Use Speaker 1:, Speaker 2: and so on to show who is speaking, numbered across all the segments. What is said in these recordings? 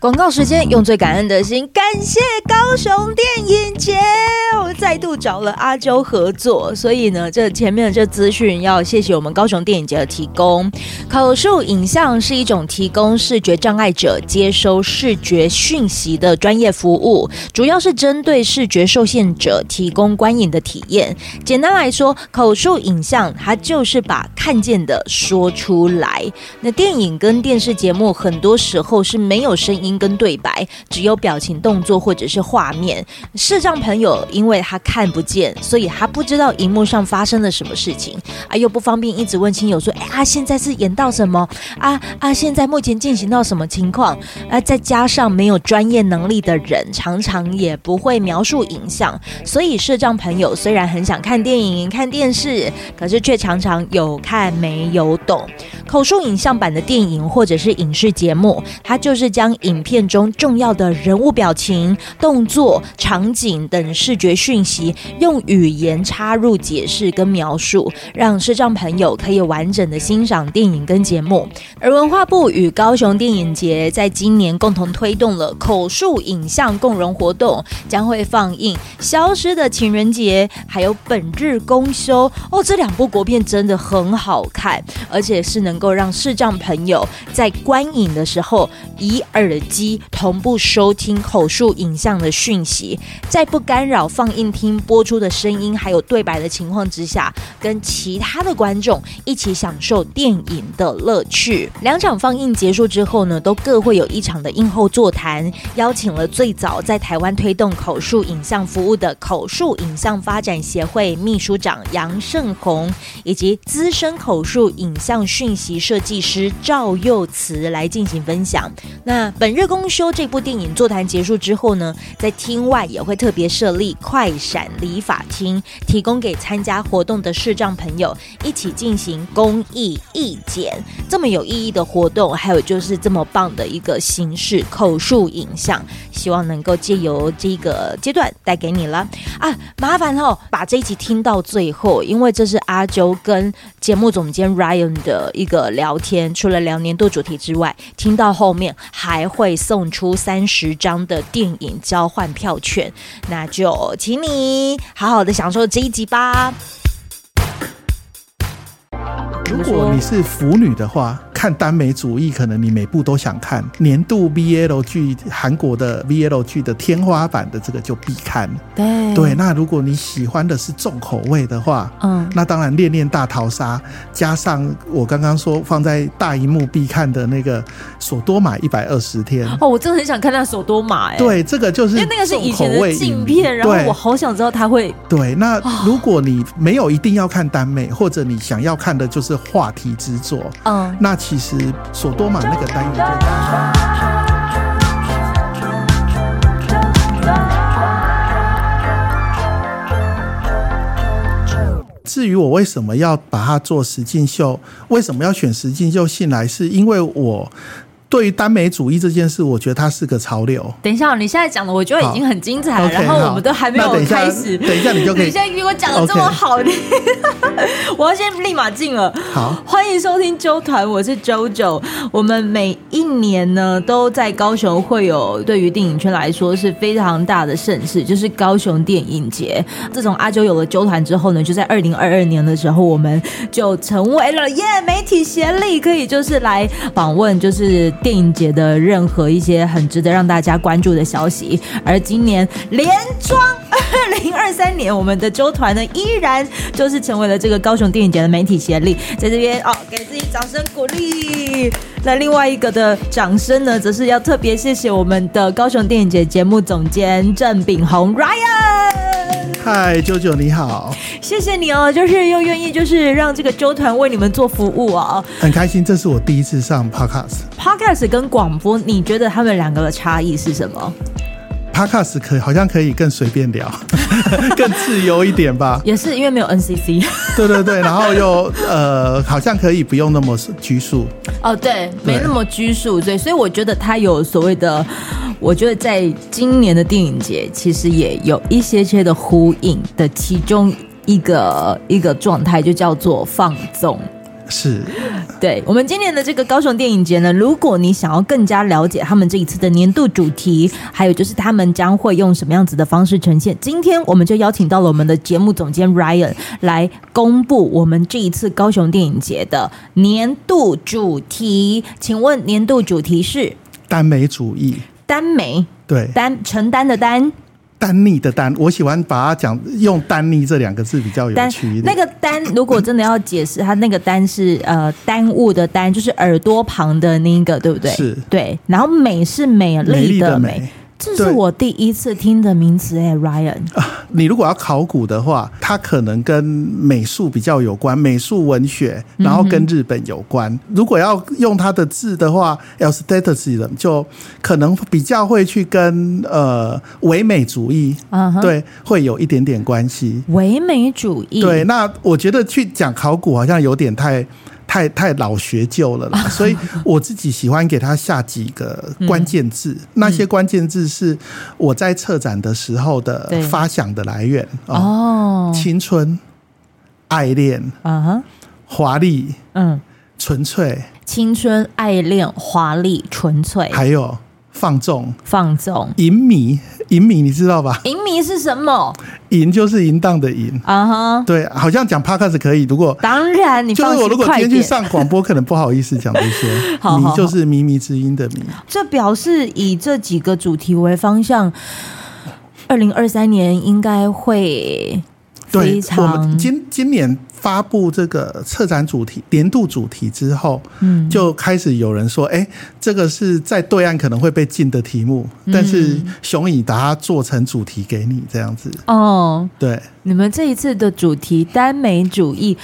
Speaker 1: 广告时间，用最感恩的心感谢高雄电影节，我们再度找了阿周合作，所以呢，这前面的这资讯要谢谢我们高雄电影节的提供。口述影像是一种提供视觉障碍者接收视觉讯息的专业服务，主要是针对视觉受限者提供观影的体验。简单来说，口述影像它就是把看见的说出来。那电影跟电视节目很多时候是没有声音跟对白，只有表情、动作或者是画面。视障朋友因为他看不见，所以他不知道荧幕上发生了什么事情啊，又不方便一直问亲友说：“哎，啊，现在是演到什么啊？啊，现在目前进行到什么情况？”啊，再加上没有专业能力的人，常常也不会描述影像，所以视障朋友虽然很想看电影、看电视，可是却常常有看没有懂。口述影像版的电影或者是影视节目，它就是将影片中重要的人物表情、动作、场景等视觉讯息，用语言插入解释跟描述，让视障朋友可以完整的欣赏电影跟节目。而文化部与高雄电影节在今年共同推动了口述影像共融活动，将会放映《消失的情人节》还有《本日公休》哦，这两部国片真的很好看，而且是能够让视障朋友在观影的时候以耳机同步收听口述影像的讯息，在不干扰放映厅播出的声音还有对白的情况之下，跟其他的观众一起享受电影的乐趣。两场放映结束之后呢，都各会有一场的映后座谈，邀请了最早在台湾推动口述影像服务的口述影像发展协会秘书长杨胜宏，以及资深口述影像讯息设计师赵佑慈来进行分享。那本日公休这部电影座谈结束之后呢，在厅外也会特别设立快闪理法厅，提供给参加活动的视障朋友一起进行公益义检。这么有意义的活动，还有就是这么棒的一个形式口述影像，希望能够借由这个阶段带给你了啊！麻烦哦，把这一集听到最后，因为这是阿周跟节目总监 Ryan 的一个聊天，除了聊年度主题之外，听到后面还会送出三十张的电影交换票券，那就请你好好的享受这一集吧。
Speaker 2: 如果你是腐女的话，看耽美主义，可能你每部都想看。年度 BL 剧，韩国的 BL 剧的天花板的这个就必看。
Speaker 1: 对
Speaker 2: 对，，那如果你喜欢的是重口味的话，
Speaker 1: 嗯，
Speaker 2: 那当然《恋恋大逃杀》加上我刚刚说放在大荧幕必看的那个《索多玛一百二十天》
Speaker 1: 哦，我真的很想看那首多玛哎，
Speaker 2: 对，这个就是
Speaker 1: 因为那个是以前
Speaker 2: 重口
Speaker 1: 的
Speaker 2: 味
Speaker 1: 镜
Speaker 2: 影
Speaker 1: 片，然后
Speaker 2: 对
Speaker 1: 我好想知道他会
Speaker 2: 对，那如果你没有一定要看耽美，或者你想要看的就是话题之作，
Speaker 1: 嗯。
Speaker 2: 那其实索多玛那个单元就。至于我为什么要把它做实境秀，为什么要选实境秀进来，是因为我对于耽美主义这件事，我觉得它是个潮流。
Speaker 1: 等一下，你现在讲的我觉得已经很精彩了
Speaker 2: OK，
Speaker 1: 啊然后我
Speaker 2: 好
Speaker 1: 们都还没有
Speaker 2: 那等一下
Speaker 1: 开始。
Speaker 2: 等一下你就可 以
Speaker 1: 现在给我讲的这么
Speaker 2: OK
Speaker 1: 好，你 我要先立马进了。
Speaker 2: 好
Speaker 1: 欢迎收听周团，我是 JoJo。我们每一年呢，都在高雄会有对于电影圈来说是非常大的盛事，就是高雄电影节。自从阿周有了纠团之后呢，就在二零二二年的时候，我们就成为了耶、媒体协力，可以就是来访问就是电影节的任何一些很值得让大家关注的消息。而今年连庄 二零二三年，我们的周团呢依然就是成为了这个高雄电影节的媒体协力，在这边哦，给自己掌声鼓励。那另外一个的掌声呢，则是要特别谢谢我们的高雄电影节节目总监郑炳宏 Ryan。
Speaker 2: 嗨，舅舅你好，
Speaker 1: 谢谢你哦，就是又愿意就是让这个周团为你们做服务哦。
Speaker 2: 很开心，这是我第一次上 podcast。
Speaker 1: Podcast 跟广播，你觉得他们两个的差异是什么？
Speaker 2: podcast 可好像可以更随便聊， 更自由一点吧。
Speaker 1: 也是因为没有 NCC
Speaker 2: 对对对，然后又呃，好像可以不用那么拘束。
Speaker 1: 哦，对，没那么拘束，对，所以我觉得他有所谓的，我觉得在今年的电影节其实也有一些些的呼应的其中一个一个状态，就叫做放纵。
Speaker 2: 是
Speaker 1: 对我们今年的这个高雄电影节呢，如果你想要更加了解他们这一次的年度主题，还有就是他们将会用什么样子的方式呈现，今天我们就邀请到了我们的节目总监 Ryan 来公布我们这一次高雄电影节的年度主题。请问年度主题是
Speaker 2: 耽美主义，
Speaker 1: 耽美
Speaker 2: 对，
Speaker 1: 担承担的担
Speaker 2: 丹尼的丹，我喜欢把它讲用丹尼这两个字比较有
Speaker 1: 担
Speaker 2: 趣一点。
Speaker 1: 那个担，如果真的要解释，它那个担是呃耽误的耽，就是耳朵旁的那一个，对不对？
Speaker 2: 是
Speaker 1: 对，然后美是美
Speaker 2: 美丽
Speaker 1: 丽的
Speaker 2: 美。
Speaker 1: 这是
Speaker 2: 对
Speaker 1: 我第一次听的名词 哎，Ryan，
Speaker 2: 你如果要考古的话，它可能跟美术比较有关，美术文学，然后跟日本有关。如果要用它的字的话 e l s t a t i c i s m 就可能比较会去跟呃唯美主义，
Speaker 1: 嗯哼，，
Speaker 2: 对，会有一点点关系。
Speaker 1: 唯美主义，
Speaker 2: 对，，那我觉得去讲考古好像有点太。太太老学究了啦，所以我自己喜欢给它下几个关键字，那些关键字是我在策展的时候的
Speaker 1: 对
Speaker 2: 发想的来源哦，
Speaker 1: 哦，
Speaker 2: 青春、爱恋、
Speaker 1: 嗯
Speaker 2: 啊
Speaker 1: 哼，
Speaker 2: 华丽、
Speaker 1: 嗯，
Speaker 2: 纯粹，
Speaker 1: 青春、爱恋、华丽、纯粹、
Speaker 2: 还有放纵、
Speaker 1: 放纵。
Speaker 2: 淫靡。淫靡你知道吧？
Speaker 1: 淫迷是什么？
Speaker 2: 淫就是淫荡的淫。
Speaker 1: 啊哈，
Speaker 2: 对，好像讲 podcast 可以，如果
Speaker 1: 当然，你
Speaker 2: 就
Speaker 1: 放
Speaker 2: 是我
Speaker 1: 心
Speaker 2: 如果今
Speaker 1: 快
Speaker 2: 天去
Speaker 1: 点。
Speaker 2: 上广播，可能不好意思讲这 些。
Speaker 1: 好好
Speaker 2: 迷就是靡靡之音的迷。
Speaker 1: 这表示以这几个主题为方向，二零二三年应该会
Speaker 2: 对
Speaker 1: 非，
Speaker 2: 我们
Speaker 1: 常
Speaker 2: 今今年发布这个策展主题年度主题之后，
Speaker 1: 嗯
Speaker 2: 就开始有人说，哎、这个是在对岸可能会被禁的题目，但是
Speaker 1: 嗯
Speaker 2: 熊乙把它做成主题给你这样子。
Speaker 1: 哦，
Speaker 2: 对，
Speaker 1: 你们这一次的主题耽美主义，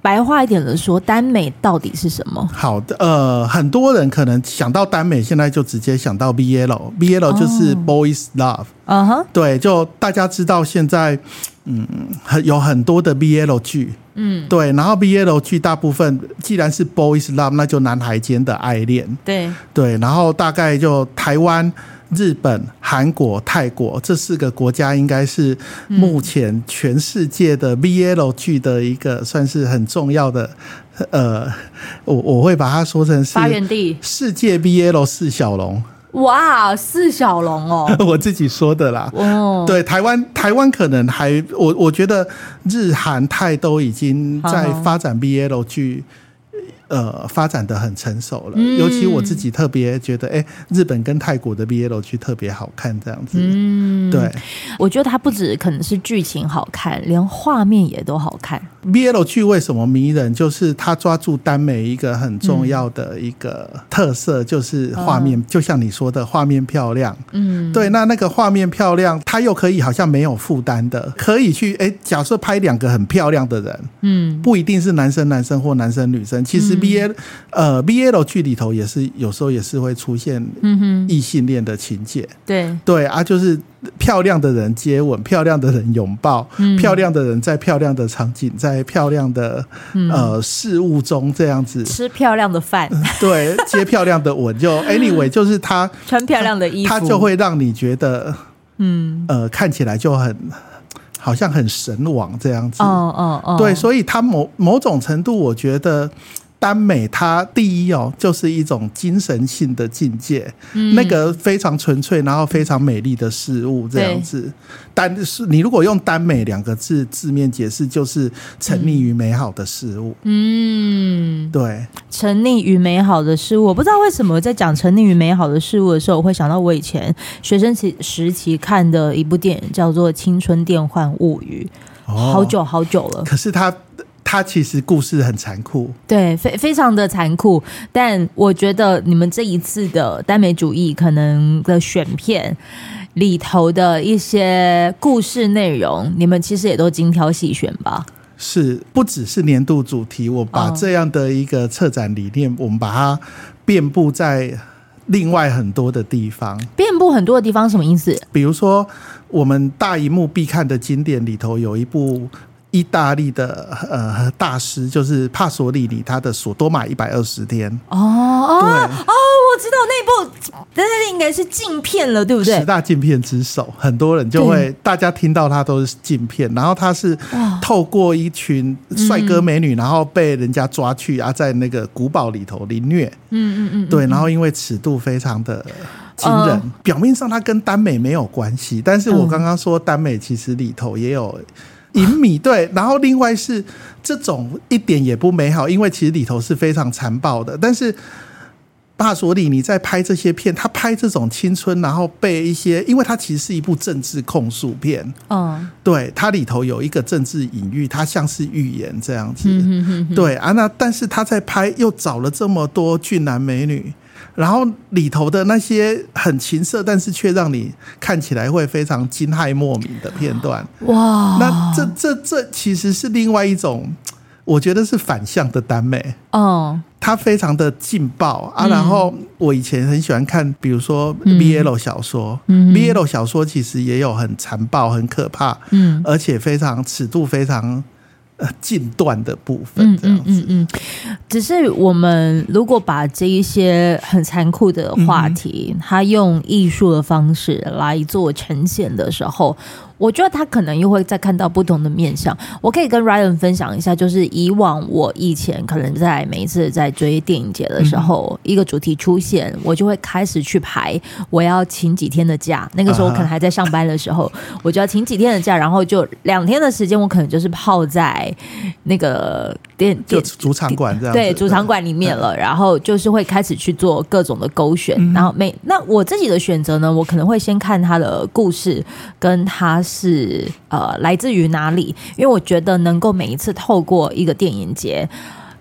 Speaker 1: 白话一点的说，耽美到底是什么？
Speaker 2: 好的，呃，很多人可能想到耽美，现在就直接想到 BL，BL 就是 Boys Love，、
Speaker 1: 嗯哼，
Speaker 2: 对，就大家知道现在，嗯，很有很多的 BL 剧，
Speaker 1: 嗯，
Speaker 2: 对，然后 BL 剧大部分既然是 Boys Love，那就男孩间的爱恋，
Speaker 1: 对，
Speaker 2: 对，然后大概就台湾、日本、韩国、泰国这四个国家，应该是目前全世界的 BL 剧的一个算是很重要的，呃，我我会把它说成是
Speaker 1: 发源地，
Speaker 2: 世界 BL 四小龙，
Speaker 1: 哇，四小龙哦，
Speaker 2: 我自己说的啦。
Speaker 1: 哦，
Speaker 2: 对台湾，台湾可能还我我觉得日韩泰都已经在
Speaker 1: 好好
Speaker 2: 发展 BL 剧，呃，发展的很成熟了。
Speaker 1: 嗯
Speaker 2: 尤其我自己特别觉得，哎、日本跟泰国的 BL 剧特别好看，这样子。
Speaker 1: 嗯，
Speaker 2: 对
Speaker 1: 我觉得它不止可能是剧情好看，连画面也都好看。
Speaker 2: BL 剧为什么迷人，就是它抓住耽美一个很重要的一个特色，就是画面，就像你说的，画面漂亮。
Speaker 1: 嗯，
Speaker 2: 对，那那个画面漂亮，它又可以好像没有负担的，可以去哎、假设拍两个很漂亮的人，
Speaker 1: 嗯，
Speaker 2: 不一定是男生男生或男生女生，其实 BL、呃 BL 剧里头也是有时候也是会出现
Speaker 1: 嗯哼，
Speaker 2: 异性恋的情节，
Speaker 1: 对，
Speaker 2: 对啊，就是漂亮的人接吻，漂亮的人拥抱，
Speaker 1: 嗯，
Speaker 2: 漂亮的人在漂亮的场景，在漂亮的呃事物中这样子
Speaker 1: 吃漂亮的饭，
Speaker 2: 对，接漂亮的吻， 就 anyway 就是他
Speaker 1: 穿漂亮的 衣服，
Speaker 2: 他就会让你觉得
Speaker 1: 嗯，
Speaker 2: 呃看起来就很好像很神往这样子，
Speaker 1: 哦哦哦，
Speaker 2: 对，所以它某某种程度，我觉得耽美它第一哦，就是一种精神性的境界，
Speaker 1: 嗯
Speaker 2: 那个非常纯粹，然后非常美丽的事物这样
Speaker 1: 对
Speaker 2: 子。耽是你如果用耽美两个字字面解释，就是沉溺于美好的事物。
Speaker 1: 嗯，
Speaker 2: 对，
Speaker 1: 沉溺于美好的事物，我不知道为什么在讲沉溺于美好的事物的时候，我会想到我以前学生期时期看的一部电影，叫做《青春电幻物语》，
Speaker 2: 哦
Speaker 1: 好。久好久了，
Speaker 2: 可是它它其实故事很残酷，
Speaker 1: 对，非非常的残酷。但我觉得你们这一次的耽美主义可能的选片里头的一些故事内容，你们其实也都精挑细选吧？
Speaker 2: 是不只是年度主题，我把
Speaker 1: 哦
Speaker 2: 这样的一个策展理念，我们把它遍布在另外很多的地方。
Speaker 1: 遍布很多的地方，什么意思？
Speaker 2: 比如说，我们大荧幕必看的经典里头有一部意大利的呃大师，就是帕索里尼他的《索多玛一百二十天》。
Speaker 1: 哦哦哦，
Speaker 2: 对
Speaker 1: 我我知道那部，但是应该是禁片了，对不嗯
Speaker 2: 十
Speaker 1: 对？
Speaker 2: 大镜片之首，很多人就会，大家听到他都是镜片，然后他是透过一群帅哥美
Speaker 1: 嗯
Speaker 2: 女，然后被人家抓去啊，在那个古堡里头凌虐，
Speaker 1: 嗯嗯嗯，
Speaker 2: 对，然后因为尺度非常的惊人，
Speaker 1: 呃
Speaker 2: 表面上它跟耽美没有关系，但是我
Speaker 1: 嗯
Speaker 2: 刚刚说耽美其实里头也有淫靡，对，然后另外是这种一点也不美好，因为其实里头是非常残暴的，但是。巴索里，你在拍这些片，他拍这种青春，然后被一些，因为它其实是一部政治控诉片，
Speaker 1: 嗯，
Speaker 2: 对，它里头有一个政治隐喻，它像是预言这样子，
Speaker 1: 嗯哼哼哼
Speaker 2: 对啊，那但是他在拍又找了这么多俊男美女，然后里头的那些很情色，但是却让你看起来会非常惊骇莫名的片段，
Speaker 1: 哦哇，
Speaker 2: 那这这这其实是另外一种，我觉得是反向的耽美。
Speaker 1: 嗯
Speaker 2: 它非常的劲爆啊！
Speaker 1: 嗯
Speaker 2: 然后我以前很喜欢看，比如说
Speaker 1: 嗯
Speaker 2: BL 小说、
Speaker 1: 嗯
Speaker 2: b l 小说其实也有很残暴、很可怕，
Speaker 1: 嗯
Speaker 2: 而且非常尺度非常呃禁断的部分
Speaker 1: 嗯，
Speaker 2: 这样
Speaker 1: 嗯
Speaker 2: 子。
Speaker 1: 嗯嗯，只是我们如果把这一些很残酷的话题，它用艺术的方式来做呈现的时候，我觉得他可能又会再看到不同的面相。我可以跟 Ryan 分享一下，就是以往我以前可能在每一次在追电影节的时候，一个主题出现，我就会开始去排我要请几天的假。那个时候我可能还在上班的时候，我就要请几天的假，然后就两天的时间，我可能就是泡在那个电
Speaker 2: 就
Speaker 1: 电
Speaker 2: 主场馆这样子。嗯
Speaker 1: 对，主场馆里面了，然后就是会开始去做各种的勾选，然后每那我自己的选择呢，我可能会先看他的故事跟他是呃来自于哪里，因为我觉得能够每一次透过一个电影节，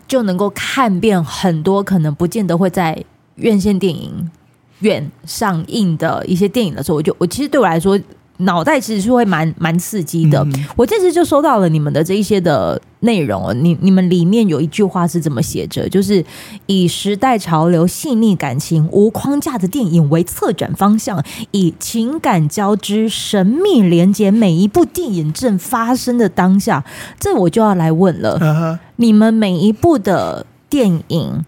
Speaker 1: 就能够看遍很多可能不见得会在院线电影院上映的一些电影的时候，我就我其实对我来说。脑袋其实是会蛮蛮刺激的，
Speaker 2: 嗯
Speaker 1: 我这次就收到了你们的这一些的内容哦，你你们里面有一句话是怎么写着？就是以时代潮流、细腻感情、无框架的电影为策展方向，以情感交织、神秘连接每一部电影正发生的当下。这我就要来问了，
Speaker 2: 啊哈
Speaker 1: 你们每一部的电影，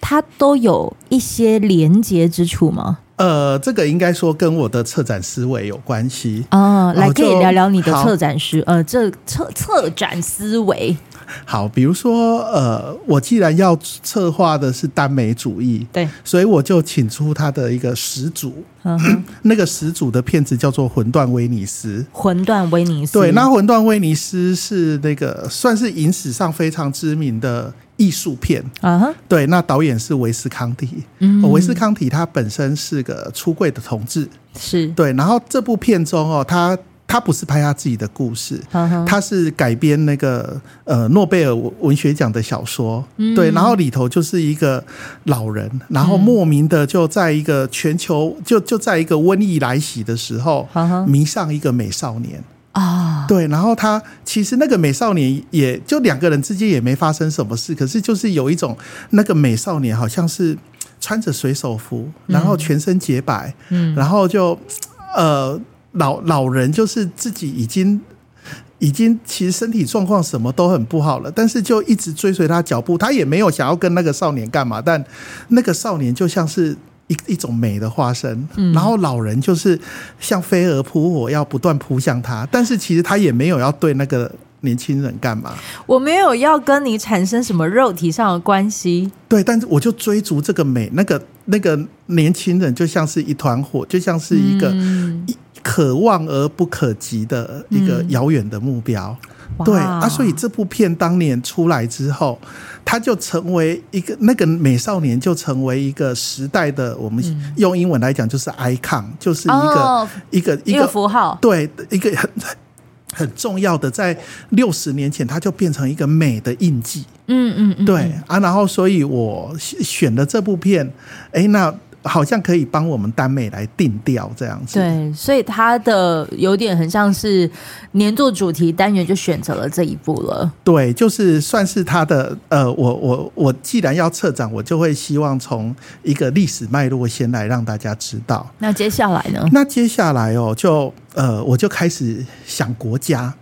Speaker 1: 它都有一些连接之处吗？
Speaker 2: 呃，这个应该说跟我的策展思维有关系。
Speaker 1: 啊，来
Speaker 2: 哦
Speaker 1: 可以
Speaker 2: 就
Speaker 1: 聊聊你的
Speaker 2: 好
Speaker 1: 策展师，呃，这策策展思维，
Speaker 2: 好，比如说，呃，我既然要策划的是耽美主义，
Speaker 1: 对，
Speaker 2: 所以我就请出他的一个始祖，
Speaker 1: 嗯哼。
Speaker 2: 那个始祖的片子叫做《魂断威尼斯》。
Speaker 1: 魂断威尼斯。
Speaker 2: 对，那《魂断威尼斯》是那个算是影史上非常知名的艺术片。
Speaker 1: 啊哈，
Speaker 2: 对，那导演是维斯康提。
Speaker 1: 嗯
Speaker 2: 哦维斯康提他本身是个出柜的同志。
Speaker 1: 是，
Speaker 2: 对，然后这部片中哦，他他不是拍他自己的故事，
Speaker 1: 哈啊哈，
Speaker 2: 他是改编那个呃诺贝尔文学奖的小说，对，然后里头就是一个老人，然后莫名的就在一个全球就就在一个瘟疫来袭的时候
Speaker 1: 哈啊哈，
Speaker 2: 迷上一个美少年。
Speaker 1: 啊，
Speaker 2: 对，然后他其实那个美少年也就两个人之间也没发生什么事，可是就是有一种那个美少年好像是穿着水手服，然后全身洁白，
Speaker 1: 嗯
Speaker 2: 然后就呃老老人就是自己已经。已经其实身体状况什么都很不好了，但是就一直追随他脚步，他也没有想要跟那个少年干嘛，但那个少年就像是一一种美的化身，然后老人就是像飞蛾扑火，要不断扑向他，但是其实他也没有要对那个年轻人干嘛，
Speaker 1: 我没有要跟你产生什么肉体上的关系，
Speaker 2: 对，但是我就追逐这个美，那个那个年轻人就像是一团火，就像是一个
Speaker 1: 嗯
Speaker 2: 一可望而不可及的一个遥远的目标。
Speaker 1: 嗯哇
Speaker 2: 对啊，所以这部片当年出来之后，他就成为一个那个美少年就成为一个时代的，我们用英文来讲就是 icon，就是一个、
Speaker 1: 嗯哦
Speaker 2: 一个一
Speaker 1: 一
Speaker 2: 个
Speaker 1: 个符号，
Speaker 2: 对一个很很很重要的，在六十年前它就变成一个美的印记。
Speaker 1: 嗯嗯嗯，
Speaker 2: 对啊，然后所以我选选了这部片，哎，那好像可以帮我们耽美来定调这样子。
Speaker 1: 对，所以它的有点很像是年度主题单元就选择了这一部了，
Speaker 2: 对，就是算是他的呃，我我我既然要策展，我就会希望从一个历史脉络先来让大家知道。
Speaker 1: 那接下来呢？
Speaker 2: 那接下来哦，就呃，我就开始想国家。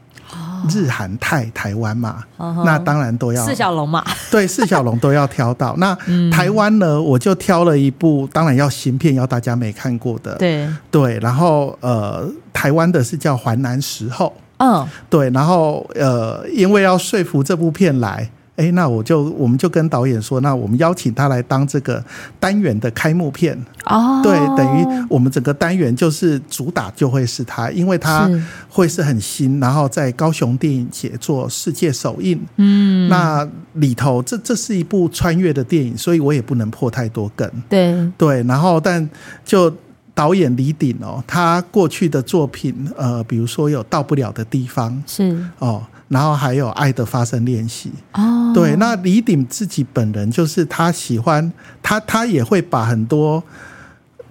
Speaker 2: 日韩泰台湾嘛，
Speaker 1: 嗯哼
Speaker 2: 那当然都要
Speaker 1: 四小龙嘛，
Speaker 2: 对四小龙都要挑到。那
Speaker 1: 嗯
Speaker 2: 台湾呢，我就挑了一部，当然要新片，要大家没看过的，
Speaker 1: 对，
Speaker 2: 对然后呃，台湾的是叫《淮南时候》，
Speaker 1: 嗯，
Speaker 2: 对，然后呃，因为要说服这部片来。哎，那我就我们就跟导演说，那我们邀请他来当这个单元的开幕片，
Speaker 1: 哦，
Speaker 2: 对，等于我们整个单元就是主打就会是它，因为它
Speaker 1: 是
Speaker 2: 会是很新，然后在高雄电影节做世界首映。
Speaker 1: 嗯，
Speaker 2: 那里头这这是一部穿越的电影，所以我也不能破太多梗。
Speaker 1: 对，
Speaker 2: 对，然后但就导演李鼎哦，他过去的作品，呃，比如说有到不了的地方
Speaker 1: 是
Speaker 2: 哦，然后还有爱的发声练习。
Speaker 1: 哦，
Speaker 2: 对，那李鼎自己本人就是他喜欢他，他也会把很多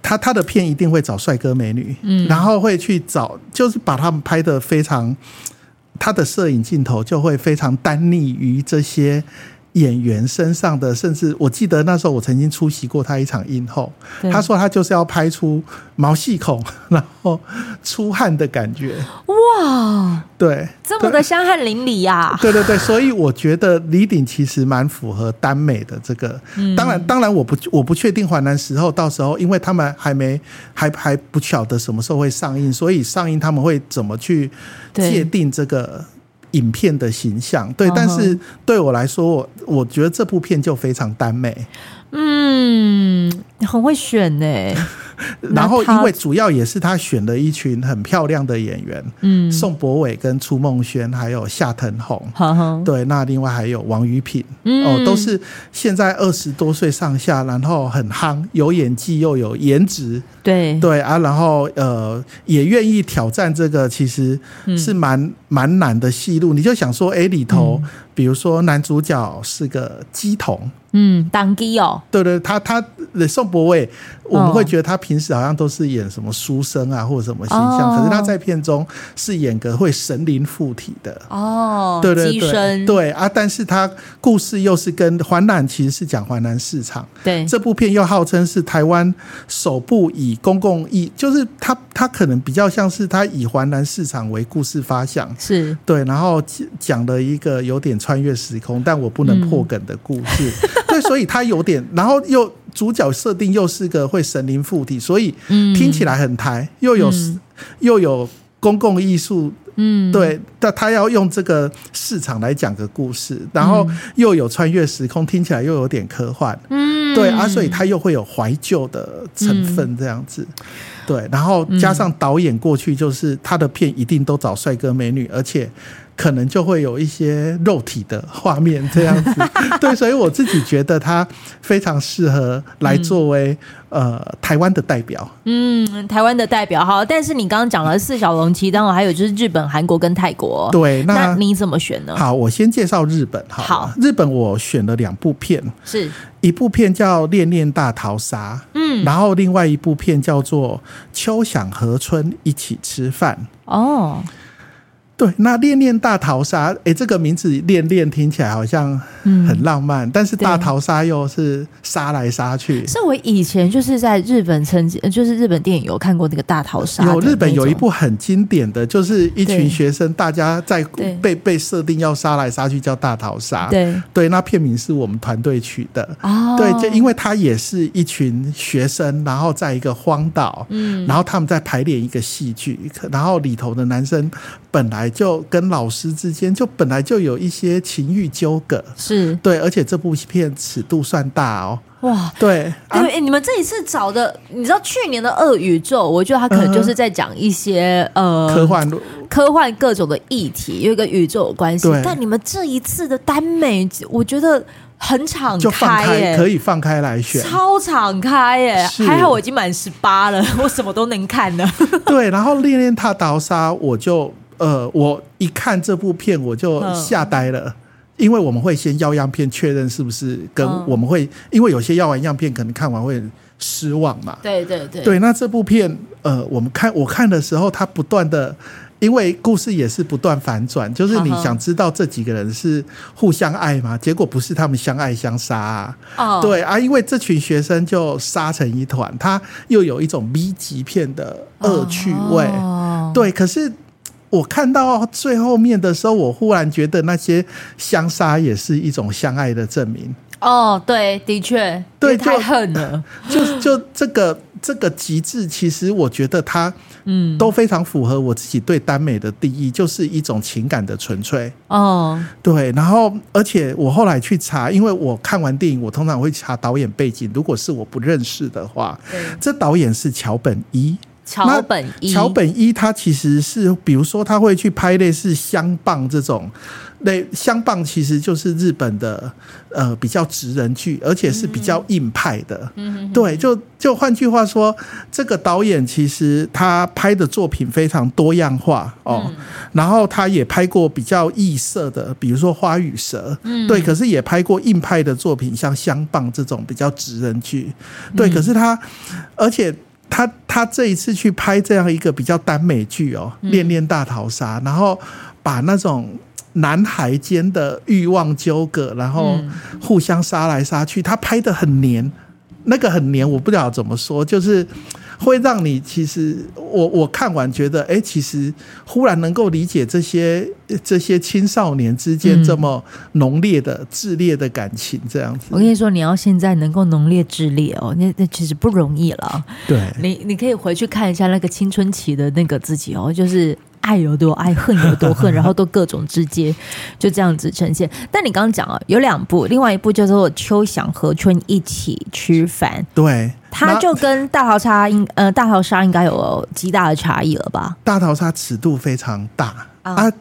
Speaker 2: 他他的片一定会找帅哥美女，
Speaker 1: 嗯
Speaker 2: 然后会去找，就是把他们拍的非常，他的摄影镜头就会非常单溺于这些。演员身上的，甚至我记得那时候我曾经出席过他一场映后，
Speaker 1: 对
Speaker 2: 他说他就是要拍出毛细孔，然后出汗的感觉，
Speaker 1: 哦哇，
Speaker 2: 对，
Speaker 1: 这么的香汗淋漓呀，
Speaker 2: 对对对，所以我觉得李鼎其实蛮符合耽美的这个。
Speaker 1: 嗯
Speaker 2: 当然，当然我不我不确定淮南时候到时候，因为他们还没还还不晓得什么时候会上映，所以上映他们会怎么去
Speaker 1: 对
Speaker 2: 界定这个。影片的形象，对
Speaker 1: 嗯，哼
Speaker 2: 但是对我来说，我我觉得这部片就非常耽美，
Speaker 1: 嗯，很会选呢， 那
Speaker 2: 然后
Speaker 1: 他
Speaker 2: 因为主要也是他选了一群很漂亮的演员，
Speaker 1: 嗯，
Speaker 2: 宋博伟跟初梦轩，还有夏腾宏，
Speaker 1: 哼哼，
Speaker 2: 对，那另外还有王宇品，
Speaker 1: 嗯
Speaker 2: 哦，都是现在二十多岁上下，然后很夯，有演技又有颜值，
Speaker 1: 对，
Speaker 2: 对啊，然后呃也愿意挑战这个，其实
Speaker 1: 嗯
Speaker 2: 是蛮蛮难的戏路。你就想说，哎，里头比如说男主角是个鸡童。
Speaker 1: 嗯，当机哦，
Speaker 2: 对对，他他呃宋博伟，我们
Speaker 1: 哦
Speaker 2: 会觉得他平时好像都是演什么书生啊，或者什么形象，
Speaker 1: 哦
Speaker 2: 可是他在片中是演个会神灵附体的，
Speaker 1: 哦，
Speaker 2: 对对
Speaker 1: 机
Speaker 2: 对，
Speaker 1: 身，
Speaker 2: 对啊，但是它故事又是跟环南其实是讲环南市场，
Speaker 1: 对，
Speaker 2: 这部片又号称是台湾首部以公共意，就是它它可能比较像是它以环南市场为故事发想。
Speaker 1: 是
Speaker 2: 对，然后讲讲了一个有点穿越时空，但我不能破梗的故事。
Speaker 1: 嗯
Speaker 2: 对，所以它有点，然后又主角设定又是个会神灵附体，所以
Speaker 1: 嗯
Speaker 2: 听起来很台，又有、又有公共艺术
Speaker 1: 嗯，
Speaker 2: 对，但他要用这个市场来讲个故事，然后又有穿越时空，听起来又有点科幻，
Speaker 1: 嗯，
Speaker 2: 对啊，所以他又会有怀旧的成分这样子，
Speaker 1: 嗯
Speaker 2: 对，然后加上导演过去就是他的片一定都找帅哥美女，而且可能就会有一些肉体的画面这 样子，对，所以我自己觉得他非常适合来作为、呃台湾的代表，
Speaker 1: 嗯，台湾的代表好，但是你刚刚讲了四小龙，其实当然还有就是日本、韩国跟泰国。
Speaker 2: 对，
Speaker 1: 哦那你怎么选呢？
Speaker 2: 好，我先介绍日本好了。
Speaker 1: 好
Speaker 2: 日本我选了两部片，
Speaker 1: 是，
Speaker 2: 一部片叫《恋恋大逃杀》，
Speaker 1: 嗯，
Speaker 2: 然后另外一部片叫做《秋想和春一起吃饭》。
Speaker 1: 哦，
Speaker 2: 对，那《恋恋大逃杀》诶，这个名字“恋恋”听起来好像
Speaker 1: 嗯
Speaker 2: 很浪漫，但是“
Speaker 1: 对
Speaker 2: 大逃杀”又是杀来杀去。
Speaker 1: 是我以前就是在日本曾经，呃就是日本电影有看过那个大逃杀的那
Speaker 2: 有
Speaker 1: 种，
Speaker 2: 日本有一部很经典的，就是一
Speaker 1: 对
Speaker 2: 群学生，大家在
Speaker 1: 对
Speaker 2: 被被设定要杀来杀去，叫大逃杀。
Speaker 1: 对
Speaker 2: 对，那片名是我们团队取的。
Speaker 1: 哦，
Speaker 2: 对，就因为他也是一群学生，然后在一个荒岛，嗯，然后他们在排练一个戏剧，可然后里头的男生本来就跟老师之间就本来就有一些情欲纠葛，
Speaker 1: 是
Speaker 2: 对，而且这部片尺度算大哦，
Speaker 1: 哇。
Speaker 2: 对
Speaker 1: 对、
Speaker 2: 啊，
Speaker 1: 哎你们这一次找的，你知道去年的《恶宇宙》，我觉得他可能就是在讲一些、呃
Speaker 2: 科幻
Speaker 1: 科幻各种的议题，又跟宇宙有关系
Speaker 2: 对。
Speaker 1: 但你们这一次的耽美，我觉得很敞
Speaker 2: 就放
Speaker 1: 开耶、
Speaker 2: 开，可以放开来选，
Speaker 1: 超敞开耶、
Speaker 2: 是
Speaker 1: 还好我已经满十八了， 我什么都能看了。
Speaker 2: 对，然后《恋恋大逃杀》，我就呃，我一看这部片我就
Speaker 1: 嗯
Speaker 2: 吓呆了。因为我们会先要样片确认是不是跟
Speaker 1: 嗯
Speaker 2: 我们会，因为有些要完样片可能看完会很失望嘛。
Speaker 1: 对对对，
Speaker 2: 对，那这部片呃，我们看我看的时候，它不断的，因为故事也是不断反转，就是你
Speaker 1: 嗯哼
Speaker 2: 想知道这几个人是互相爱吗？结果不是，他们相爱相杀、啊。
Speaker 1: 哦，
Speaker 2: 对啊，因为这群学生就杀成一团，他又有一种 B 级片的恶趣味。
Speaker 1: 哦
Speaker 2: 对，可是我看到最后面的时候，我忽然觉得那些相杀也是一种相爱的证明。
Speaker 1: 哦，对，的确，
Speaker 2: 对
Speaker 1: 因为太
Speaker 2: 就
Speaker 1: 恨了，
Speaker 2: 就就这个这个极致，其实我觉得它
Speaker 1: 嗯，
Speaker 2: 都非常符合我自己对耽美的定义，就是一种情感的纯粹。
Speaker 1: 哦，
Speaker 2: 对，然后而且我后来去查，因为我看完电影，我通常会查导演背景，如果是我不认识的话，
Speaker 1: 对，
Speaker 2: 这导演是桥本一。
Speaker 1: 桥本一，
Speaker 2: 桥本一他其实是，比如说他会去拍类似香棒这种，类香棒其实就是日本的呃比较直人剧，而且是比较硬派的。
Speaker 1: 嗯，
Speaker 2: 对，就就换句话说，这个导演其实他拍的作品非常多样化哦，
Speaker 1: 嗯
Speaker 2: 然后他也拍过比较异色的，比如说《花与蛇》，
Speaker 1: 嗯
Speaker 2: 对，可是也拍过硬派的作品，像《香棒》这种比较直人剧，对，
Speaker 1: 嗯
Speaker 2: 可是他，而且。他他这一次去拍这样一个比较耽美剧哦，
Speaker 1: 嗯
Speaker 2: 《恋恋大逃杀》，然后把那种男孩间的欲望纠葛，然后
Speaker 1: 嗯
Speaker 2: 互相杀来杀去，他拍的很黏，那个很黏，我不知道怎么说，就是会让你其实我我看完觉得，哎、其实忽然能够理解这些这些青少年之间
Speaker 1: 嗯
Speaker 2: 这么浓烈的炽烈的感情，这样子
Speaker 1: 我，跟你说，你要现在能够浓烈炽烈哦，那那其实不容易了。
Speaker 2: 对。
Speaker 1: 你你可以回去看一下那个青春期的那个自己哦，就是爱有多爱，恨有多恨，然后都各种之间 就这样子呈现。但你刚刚讲啊，有两部，另外一部叫做《秋想和春一起吃饭》，
Speaker 2: 对，
Speaker 1: 它
Speaker 2: 那
Speaker 1: 就跟大逃杀应呃大逃杀应该有极大的差异了吧？
Speaker 2: 大逃杀尺度非常大
Speaker 1: 啊
Speaker 2: 啊。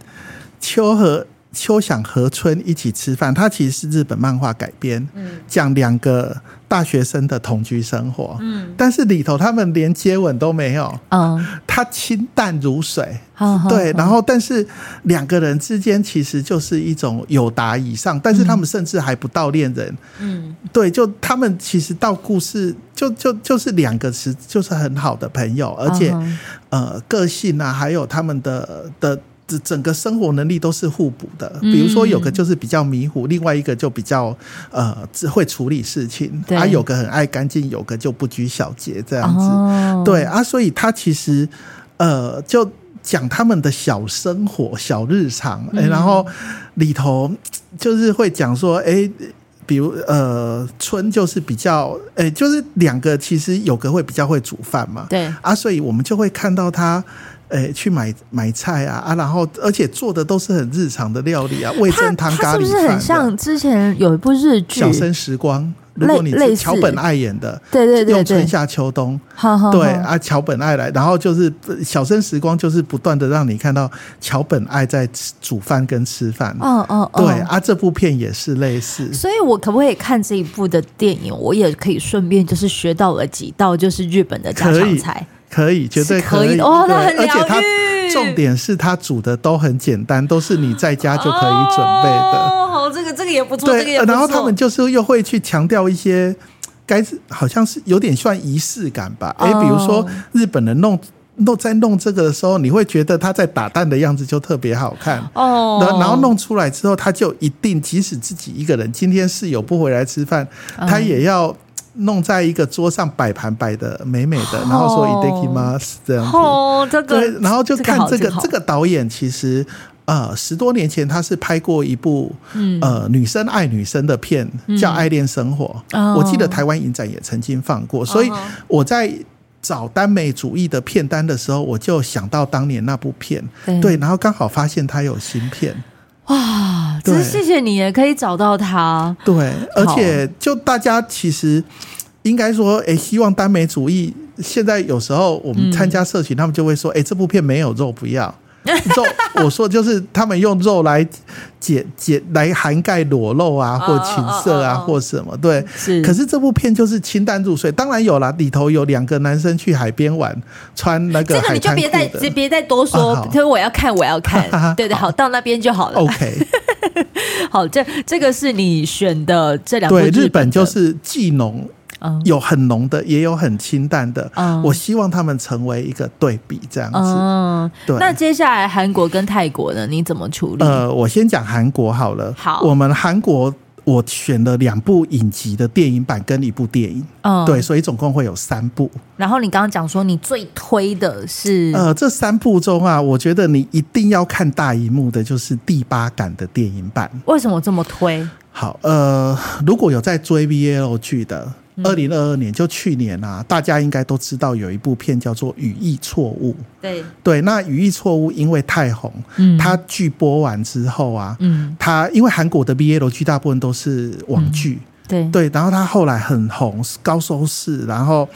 Speaker 2: 秋和秋想和春一起吃饭，它其实是日本漫画改编，
Speaker 1: 嗯
Speaker 2: 讲两个大学生的同居生活，
Speaker 1: 嗯
Speaker 2: 但是里头他们连接吻都没有，
Speaker 1: 嗯，
Speaker 2: 它清淡如水。
Speaker 1: 好好
Speaker 2: 对，
Speaker 1: 好
Speaker 2: 然后但是两个人之间其实就是一种有达以上，但是他们甚至还不到恋人。
Speaker 1: 嗯
Speaker 2: 对，就他们其实到故事就就就是两个是就是很好的朋友，而且、
Speaker 1: 嗯
Speaker 2: 呃个性啊，还有他们的的整整个生活能力都是互补的。比如说有个就是比较迷糊，另外一个就比较呃只会处理事情，
Speaker 1: 对
Speaker 2: 啊有个很爱干净，有个就不拘小节这样子。
Speaker 1: 哦
Speaker 2: 嗯对啊，所以他其实呃就。讲他们的小生活、小日常，
Speaker 1: 嗯
Speaker 2: 诶然后里头就是会讲说，哎，比如呃，春就是比较，哎，就是两个其实有个会比较会煮饭嘛，
Speaker 1: 对
Speaker 2: 啊，所以我们就会看到他，诶、去买买菜啊啊，然后而且做的都是很日常的料理啊，味
Speaker 1: 它
Speaker 2: 噌汤、
Speaker 1: 它
Speaker 2: 咖
Speaker 1: 是不
Speaker 2: 喱
Speaker 1: 是
Speaker 2: 饭
Speaker 1: 很
Speaker 2: 的。
Speaker 1: 像之前有一部日剧？
Speaker 2: 小生时光，如果你
Speaker 1: 类类
Speaker 2: 是
Speaker 1: 似
Speaker 2: 桥本爱演的，
Speaker 1: 对对对嗯
Speaker 2: 用春
Speaker 1: 对，
Speaker 2: 夏秋冬，
Speaker 1: 好好
Speaker 2: 对
Speaker 1: 好
Speaker 2: 啊，桥本爱来，然后就是呃小生时光，就是不断的让你看到桥本爱在吃煮饭跟吃饭，
Speaker 1: 哦哦哦，
Speaker 2: 嗯对啊，这部片也是类似，
Speaker 1: 所以我可不可以看这一部的电影，我也可以顺便就是学到了几道就是日本的家
Speaker 2: 可
Speaker 1: 常
Speaker 2: 以
Speaker 1: 菜，
Speaker 2: 可以，绝对
Speaker 1: 是可以
Speaker 2: 以
Speaker 1: 的哦，
Speaker 2: 对
Speaker 1: 那很
Speaker 2: 而且
Speaker 1: 疗
Speaker 2: 它
Speaker 1: 愈。
Speaker 2: 重点是它煮的都很简单，都是你在家就可以准备的。
Speaker 1: 哦，好，这个这个也不错，这个
Speaker 2: 对，
Speaker 1: 也
Speaker 2: 呃
Speaker 1: 不错。
Speaker 2: 然后他们就是又会去强调一些，该是好像是有点算仪式感吧。诶，比如说
Speaker 1: 哦
Speaker 2: 日本人弄弄在弄这个的时候，你会觉得他在打蛋的样子就特别好看。
Speaker 1: 哦，
Speaker 2: 然然后弄出来之后，他就一定，即使自己一个人，今天室友不回来吃饭，
Speaker 1: 嗯
Speaker 2: 他也要弄在一个桌上摆盘摆的美美的，然后说
Speaker 1: 哦
Speaker 2: “it take mas” 这样子。
Speaker 1: 哦，这个
Speaker 2: 对，然后就看这
Speaker 1: 这
Speaker 2: 个
Speaker 1: 好
Speaker 2: 这个导演其实。呃，十多年前他是拍过一部、
Speaker 1: 嗯
Speaker 2: 呃女生爱女生的片，叫《爱恋生活》
Speaker 1: 哦
Speaker 2: 我记得台湾影展也曾经放过，所以
Speaker 1: 哦
Speaker 2: 我在找耽美主义的片单的时候，我就想到当年那部片，
Speaker 1: 对
Speaker 2: 对，然后刚好发现他有新片，
Speaker 1: 哇，
Speaker 2: 对
Speaker 1: 真是谢谢你也可以找到他，
Speaker 2: 对，而且就大家其实应该说，诶，希望耽美主义。现在有时候我们参加社群，他们就会
Speaker 1: 嗯
Speaker 2: 说，诶，这部片没有肉，不要肉。 我说就是他们用肉来解解来涵盖裸露啊，或
Speaker 1: 哦
Speaker 2: 情色啊，
Speaker 1: 哦哦哦
Speaker 2: 或什么对。
Speaker 1: 是
Speaker 2: 可是这部片就是清淡入睡，当然有啦，里头有两个男生去海边玩，穿那
Speaker 1: 这
Speaker 2: 个
Speaker 1: 个
Speaker 2: 海
Speaker 1: 你就
Speaker 2: 滩裤
Speaker 1: 别再别
Speaker 2: 的。
Speaker 1: 别再多说
Speaker 2: 啊好，哦
Speaker 1: 所以我要看我要 看，对对，好到那边就好了。
Speaker 2: OK，
Speaker 1: 好，这这个是你选的这两部
Speaker 2: 对，日
Speaker 1: 本
Speaker 2: 本
Speaker 1: 的
Speaker 2: 就是既浓
Speaker 1: 嗯
Speaker 2: 有很浓的，也有很清淡的。
Speaker 1: 嗯
Speaker 2: 我希望他们成为一个对比，这样子。
Speaker 1: 嗯，
Speaker 2: 对，呃
Speaker 1: 那接下来韩国跟泰国呢？你怎么处理？
Speaker 2: 呃，我先讲韩国好了。
Speaker 1: 好
Speaker 2: 我们韩国。我选了两部影集的电影版跟一部电影，
Speaker 1: 嗯
Speaker 2: 对，。所以总共会有三部。
Speaker 1: 然后你刚刚讲说你最推的是，
Speaker 2: 呃，这三部中啊，我觉得你一定要看大荧幕的，就是第八感的电影版。
Speaker 1: 为什么这么推？
Speaker 2: 好，呃，如果有在追 VL 剧的，
Speaker 1: 嗯
Speaker 2: 二零二二年就去年啊，大家应该都知道有一部片叫做《语义错误》。
Speaker 1: 对，
Speaker 2: 对，那《语义错误》因为太红，
Speaker 1: 嗯
Speaker 2: 它剧播完之后啊，
Speaker 1: 嗯，
Speaker 2: 它因为韩国的 BL 剧大部分都是网剧，
Speaker 1: 对，
Speaker 2: 对，然后它后来很红，高收视，然后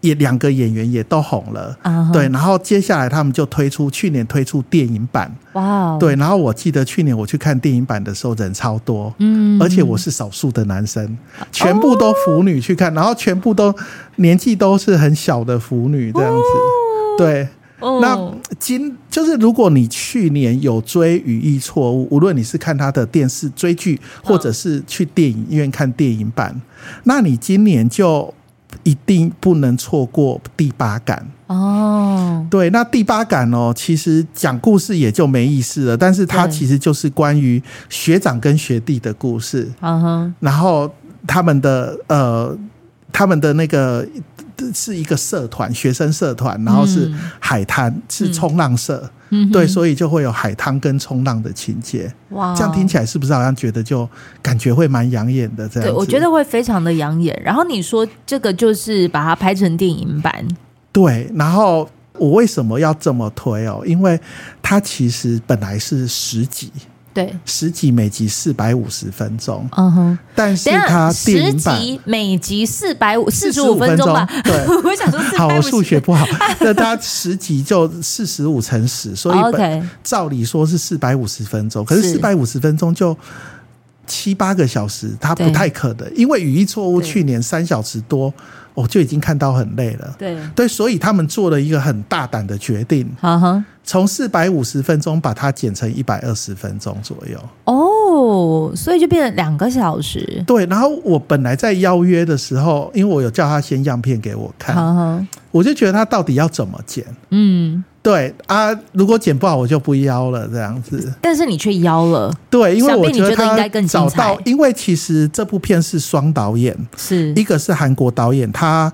Speaker 2: 也两个演员也都红了。
Speaker 1: 啊哈
Speaker 2: 对，，然后接下来他们就推出去年推出电影版，
Speaker 1: 哇哦，，
Speaker 2: 对，然后我记得去年我去看电影版的时候人超多，
Speaker 1: 嗯
Speaker 2: 而且我是少数的男生，全部都腐女去看，然后全部都年纪都是很小的腐女这样子。对，
Speaker 1: 哦
Speaker 2: 那今就是如果你去年有追《语义错误》，无论你是看他的电视追剧，
Speaker 1: 嗯
Speaker 2: 或者是去电影院看电影版，那你今年就一定不能错过第八感。
Speaker 1: 哦，
Speaker 2: 对，那第八感哦，其实讲故事也就没意思了，但是它
Speaker 1: 对
Speaker 2: 其实就是关于学长跟学弟的故事。
Speaker 1: 嗯哼，
Speaker 2: 然后他们的呃，他们的那个是一个社团，学生社团，然后是
Speaker 1: 嗯
Speaker 2: 海滩，是冲浪社，
Speaker 1: 嗯
Speaker 2: 对，所以就会有海滩跟冲浪的情节。
Speaker 1: 以哇，哦
Speaker 2: 这样听起来是不是好像觉得就感觉会蛮养眼的？这样
Speaker 1: 对，
Speaker 2: 子
Speaker 1: 我觉得会非常的养眼。然后你说这个就是把它拍成电影版，
Speaker 2: 对。然后我为什么要这么推哦？因为它其实本来是十集。
Speaker 1: 对，
Speaker 2: 十集每集四百五十分钟，
Speaker 1: 嗯哼，
Speaker 2: 但是
Speaker 1: 等一下
Speaker 2: 它电
Speaker 1: 十
Speaker 2: 影版
Speaker 1: 集每集四百五四十
Speaker 2: 45
Speaker 1: 五分钟吧，
Speaker 2: 对，
Speaker 1: 我想说四
Speaker 2: 好，
Speaker 1: 百
Speaker 2: 我
Speaker 1: 五
Speaker 2: 数学不好，那它十集就四十五乘十，所以本
Speaker 1: 哦 OK，
Speaker 2: 照理说是四百五十分钟，可是
Speaker 1: 是
Speaker 2: 四百五十分钟就七八个小时，它不
Speaker 1: 对
Speaker 2: 太可能，因为语义错误
Speaker 1: 对
Speaker 2: 去年三小时多，我就已经看到很累了。
Speaker 1: 对，
Speaker 2: 对，所以他们做了一个很大胆的决定，
Speaker 1: 嗯哼，
Speaker 2: 从四百五十分钟把它剪成一百二十分钟左右。
Speaker 1: 哦，所以就变成两个小时，
Speaker 2: 对，然后我本来在邀约的时候，因为我有叫他先样片给我看，
Speaker 1: 嗯哼，
Speaker 2: 我就觉得他到底要怎么剪。
Speaker 1: 嗯，
Speaker 2: 对啊，如果剪不好我就不邀了，这样子。
Speaker 1: 但是你却邀了，
Speaker 2: 对，因为
Speaker 1: 想必
Speaker 2: 我
Speaker 1: 你觉得应该
Speaker 2: 他
Speaker 1: 更精
Speaker 2: 找到
Speaker 1: 彩，
Speaker 2: 因为其实这部片是双导演，
Speaker 1: 是
Speaker 2: 一个是韩国导演，他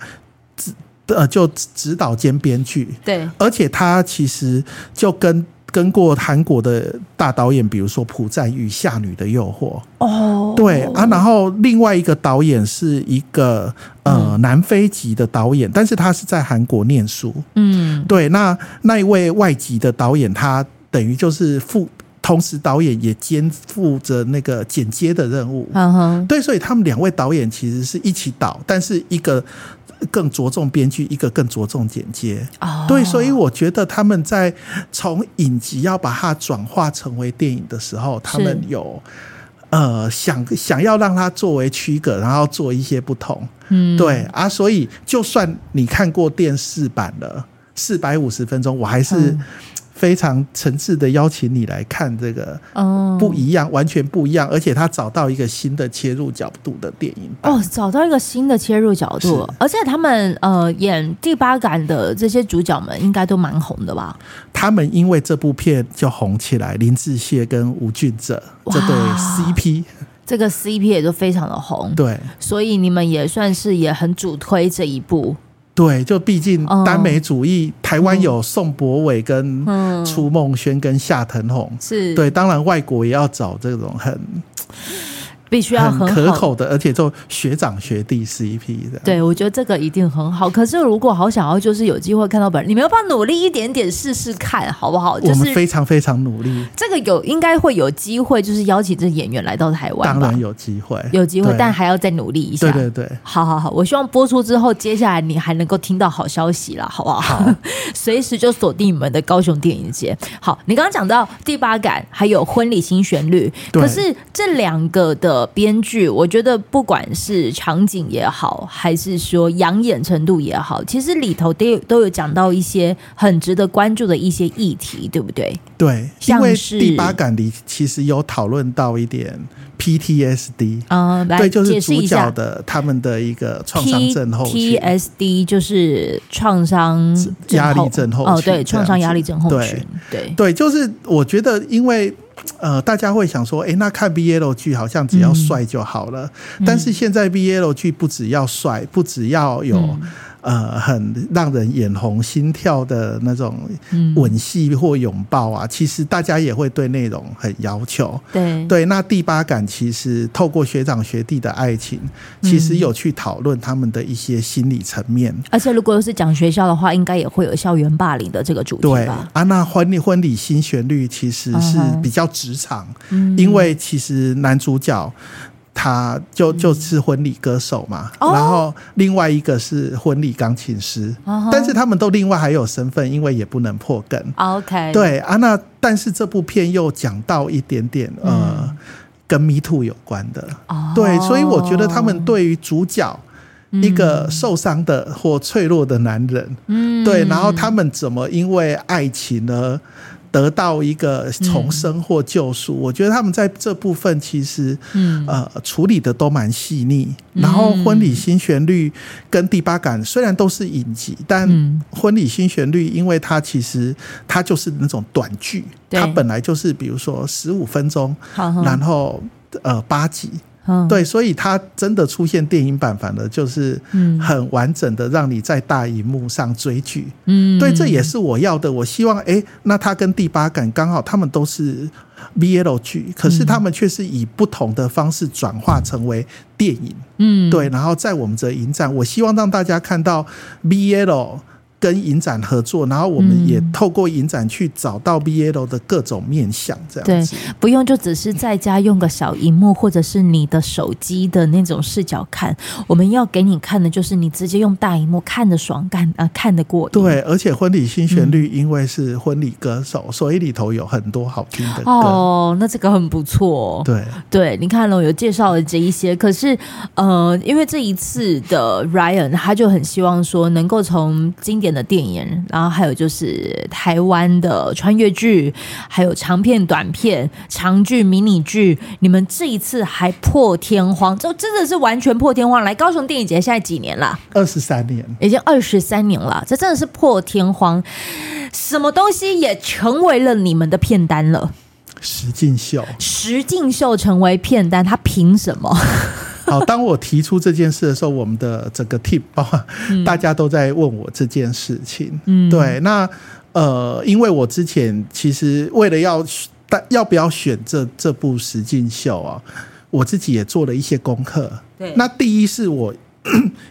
Speaker 2: 指呃就指导兼编剧，
Speaker 1: 对，
Speaker 2: 而且他其实就跟跟过韩国的大导演，比如说朴赞玉《夏女的诱惑》
Speaker 1: 哦，
Speaker 2: 对啊，然后另外一个导演是一个呃、南非籍的导演，但是他是在韩国念书，
Speaker 1: 嗯，
Speaker 2: 对，那那一位外籍的导演，他等于就是负，同时导演也肩负着那个剪接的任务。
Speaker 1: 嗯哼，
Speaker 2: 对，所以他们两位导演其实是一起导，但是一个更着重编剧，一个更着重剪接。
Speaker 1: 哦，
Speaker 2: 对，所以我觉得他们在从影集要把它转化成为电影的时候，他们有。呃，想想要让它作为区隔，然后做一些不同，
Speaker 1: 嗯，
Speaker 2: 对啊，所以就算你看过电视版了，四百五十分钟，我还是
Speaker 1: 嗯
Speaker 2: 非常诚挚的邀请你来看这个
Speaker 1: 哦，
Speaker 2: 不一样，完全不一样，而且他找到一个新的切入角度的电影版。
Speaker 1: 哦，找到一个新的切入角度
Speaker 2: 是，
Speaker 1: 而且他们呃演第八感的这些主角们应该都蛮红的吧？
Speaker 2: 他们因为这部片就红起来，林志燮跟吴俊哲
Speaker 1: 哇
Speaker 2: 这对 CP，
Speaker 1: 这个 CP 也都非常的红，
Speaker 2: 对
Speaker 1: 所以你们也算是也很主推这一部。
Speaker 2: 对，就毕竟
Speaker 1: 哦
Speaker 2: 耽美主义，台湾有宋博伟跟
Speaker 1: 嗯，
Speaker 2: 初梦轩跟夏腾宏。
Speaker 1: 是
Speaker 2: 对，当然外国也要找这种很
Speaker 1: 必须要
Speaker 2: 很
Speaker 1: 好
Speaker 2: 可口的，而且就学长学弟 CP 的。
Speaker 1: 对，我觉得这个一定很好。可是如果好想要，就是有机会看到本人，你们要不要努力一点点试试看，好不好？就
Speaker 2: 我们
Speaker 1: 是
Speaker 2: 非常非常努力，
Speaker 1: 这个有应该会有机会，就是邀请这演员来到台湾
Speaker 2: 当
Speaker 1: 吧
Speaker 2: 然，有机会，
Speaker 1: 有机会
Speaker 2: 对，
Speaker 1: 但还要再努力一下。
Speaker 2: 对对对，
Speaker 1: 好好好，我希望播出之后，接下来你还能够听到好消息啦，好不好？
Speaker 2: 好
Speaker 1: 随时就锁定你们的高雄电影节。好，你刚刚讲到第八感，还有婚礼新旋律，
Speaker 2: 对
Speaker 1: 可是这两个的编剧，我觉得不管是场景也好，还是说养眼程度也好，其实里头都有都有讲到一些很值得关注的一些议题，对不对？
Speaker 2: 对，因
Speaker 1: 像
Speaker 2: 为
Speaker 1: 是
Speaker 2: 第八感里其实有讨论到一点 PTSD，
Speaker 1: 嗯，来
Speaker 2: 对，就
Speaker 1: 解
Speaker 2: 是
Speaker 1: 释
Speaker 2: 主
Speaker 1: 一
Speaker 2: 角
Speaker 1: 下。
Speaker 2: 的他们的一个创伤症候群。
Speaker 1: PTSD 就是创伤
Speaker 2: 压力症候群
Speaker 1: 哦，对，创伤压力症候
Speaker 2: 这样
Speaker 1: 群，对，
Speaker 2: 对，就是我觉得，因为呃，大家会想说，哎、那看 BL 剧好像只要帅就好了，
Speaker 1: 嗯
Speaker 2: 但是现在 BL 剧不只要帅，不只要有、
Speaker 1: 嗯
Speaker 2: 呃很让人眼红、心跳的那种吻戏或拥抱啊，其实大家也会对内容很要求。
Speaker 1: 对
Speaker 2: 对，那第八感其实透过学长学弟的爱情，其实有去讨论他们的一些心理层面。
Speaker 1: 而且如果是讲学校的话，应该也会有校园霸凌的这个主题
Speaker 2: 对
Speaker 1: 吧？
Speaker 2: 啊，那婚礼婚礼新旋律其实是
Speaker 1: 嗯哼
Speaker 2: 比较职场，
Speaker 1: 嗯
Speaker 2: 因为其实男主角他就就是婚礼歌手嘛，
Speaker 1: 嗯哦
Speaker 2: 然后另外一个是婚礼钢琴师，
Speaker 1: 嗯哼
Speaker 2: 但是他们都另外还有身份，因为也不能破梗。
Speaker 1: OK，，
Speaker 2: 对啊，那但是这部片又讲到一点点呃，
Speaker 1: 嗯
Speaker 2: 跟 Me Too 有关的，
Speaker 1: 哦
Speaker 2: 对，所以我觉得他们对于主角。一个受伤的或脆弱的男人，
Speaker 1: 嗯
Speaker 2: 对，然后他们怎么因为爱情而得到一个重生或救赎？我觉得他们在这部分其实
Speaker 1: 嗯
Speaker 2: 呃处理的都蛮细腻。然后婚礼新旋律跟第八感虽然都是影集，但
Speaker 1: 嗯
Speaker 2: 婚礼新旋律因为它其实它就是那种短剧，
Speaker 1: 对嗯
Speaker 2: 它本来就是比如说十五分钟，
Speaker 1: 好好
Speaker 2: 然后呃八集，
Speaker 1: 嗯
Speaker 2: 对，所以它真的出现电影版，反而就是
Speaker 1: 嗯
Speaker 2: 很完整的让你在大荧幕上追剧。
Speaker 1: 嗯
Speaker 2: 对，这也是我要的。我希望，诶，那它跟第八感刚好，他们都是 BL 剧，可是他们却是以不同的方式转化成为电影。
Speaker 1: 嗯
Speaker 2: 对，然后在我们这影展，我希望让大家看到 BL。跟影展合作，然后我
Speaker 1: 嗯
Speaker 2: 们也透过影展去找到 BL 的各种面向，这样子。
Speaker 1: 不用，就只是在家用个小荧幕，或者是你的手机的那种视角看。我们要给你看的就是你直接用大荧幕看的爽感，呃，看得过瘾。
Speaker 2: 对，而且婚礼新旋
Speaker 1: 嗯
Speaker 2: 律因为是婚礼歌手，所以里头有很多好听 的歌。
Speaker 1: 哦，那这个很不错、哦。
Speaker 2: 对，
Speaker 1: 对，你看了有介绍了这一些，可是呃，因为这一次的 Ryan 他就很希望说能够从经典的电影，然后还有就是台湾的穿越剧，还有长片、短片、长剧、迷你剧，你们这一次还破天荒，就真的是完全破天荒。来，高雄电影节现在几年啦？
Speaker 2: 二十三年，
Speaker 1: 已经二十三年了，这真的是破天荒，什么东西也成为了你们的片单了。
Speaker 2: 石 进秀。
Speaker 1: 石进秀成为片单，他凭什么？
Speaker 2: 好，当我提出这件事的时候，我们的整个 team 包括大家都在问我这件事情。
Speaker 1: 嗯
Speaker 2: 对，那呃，因为我之前其实为了要选但要不要选这这部实境秀啊，我自己也做了一些功课。
Speaker 1: 对
Speaker 2: 那第一是我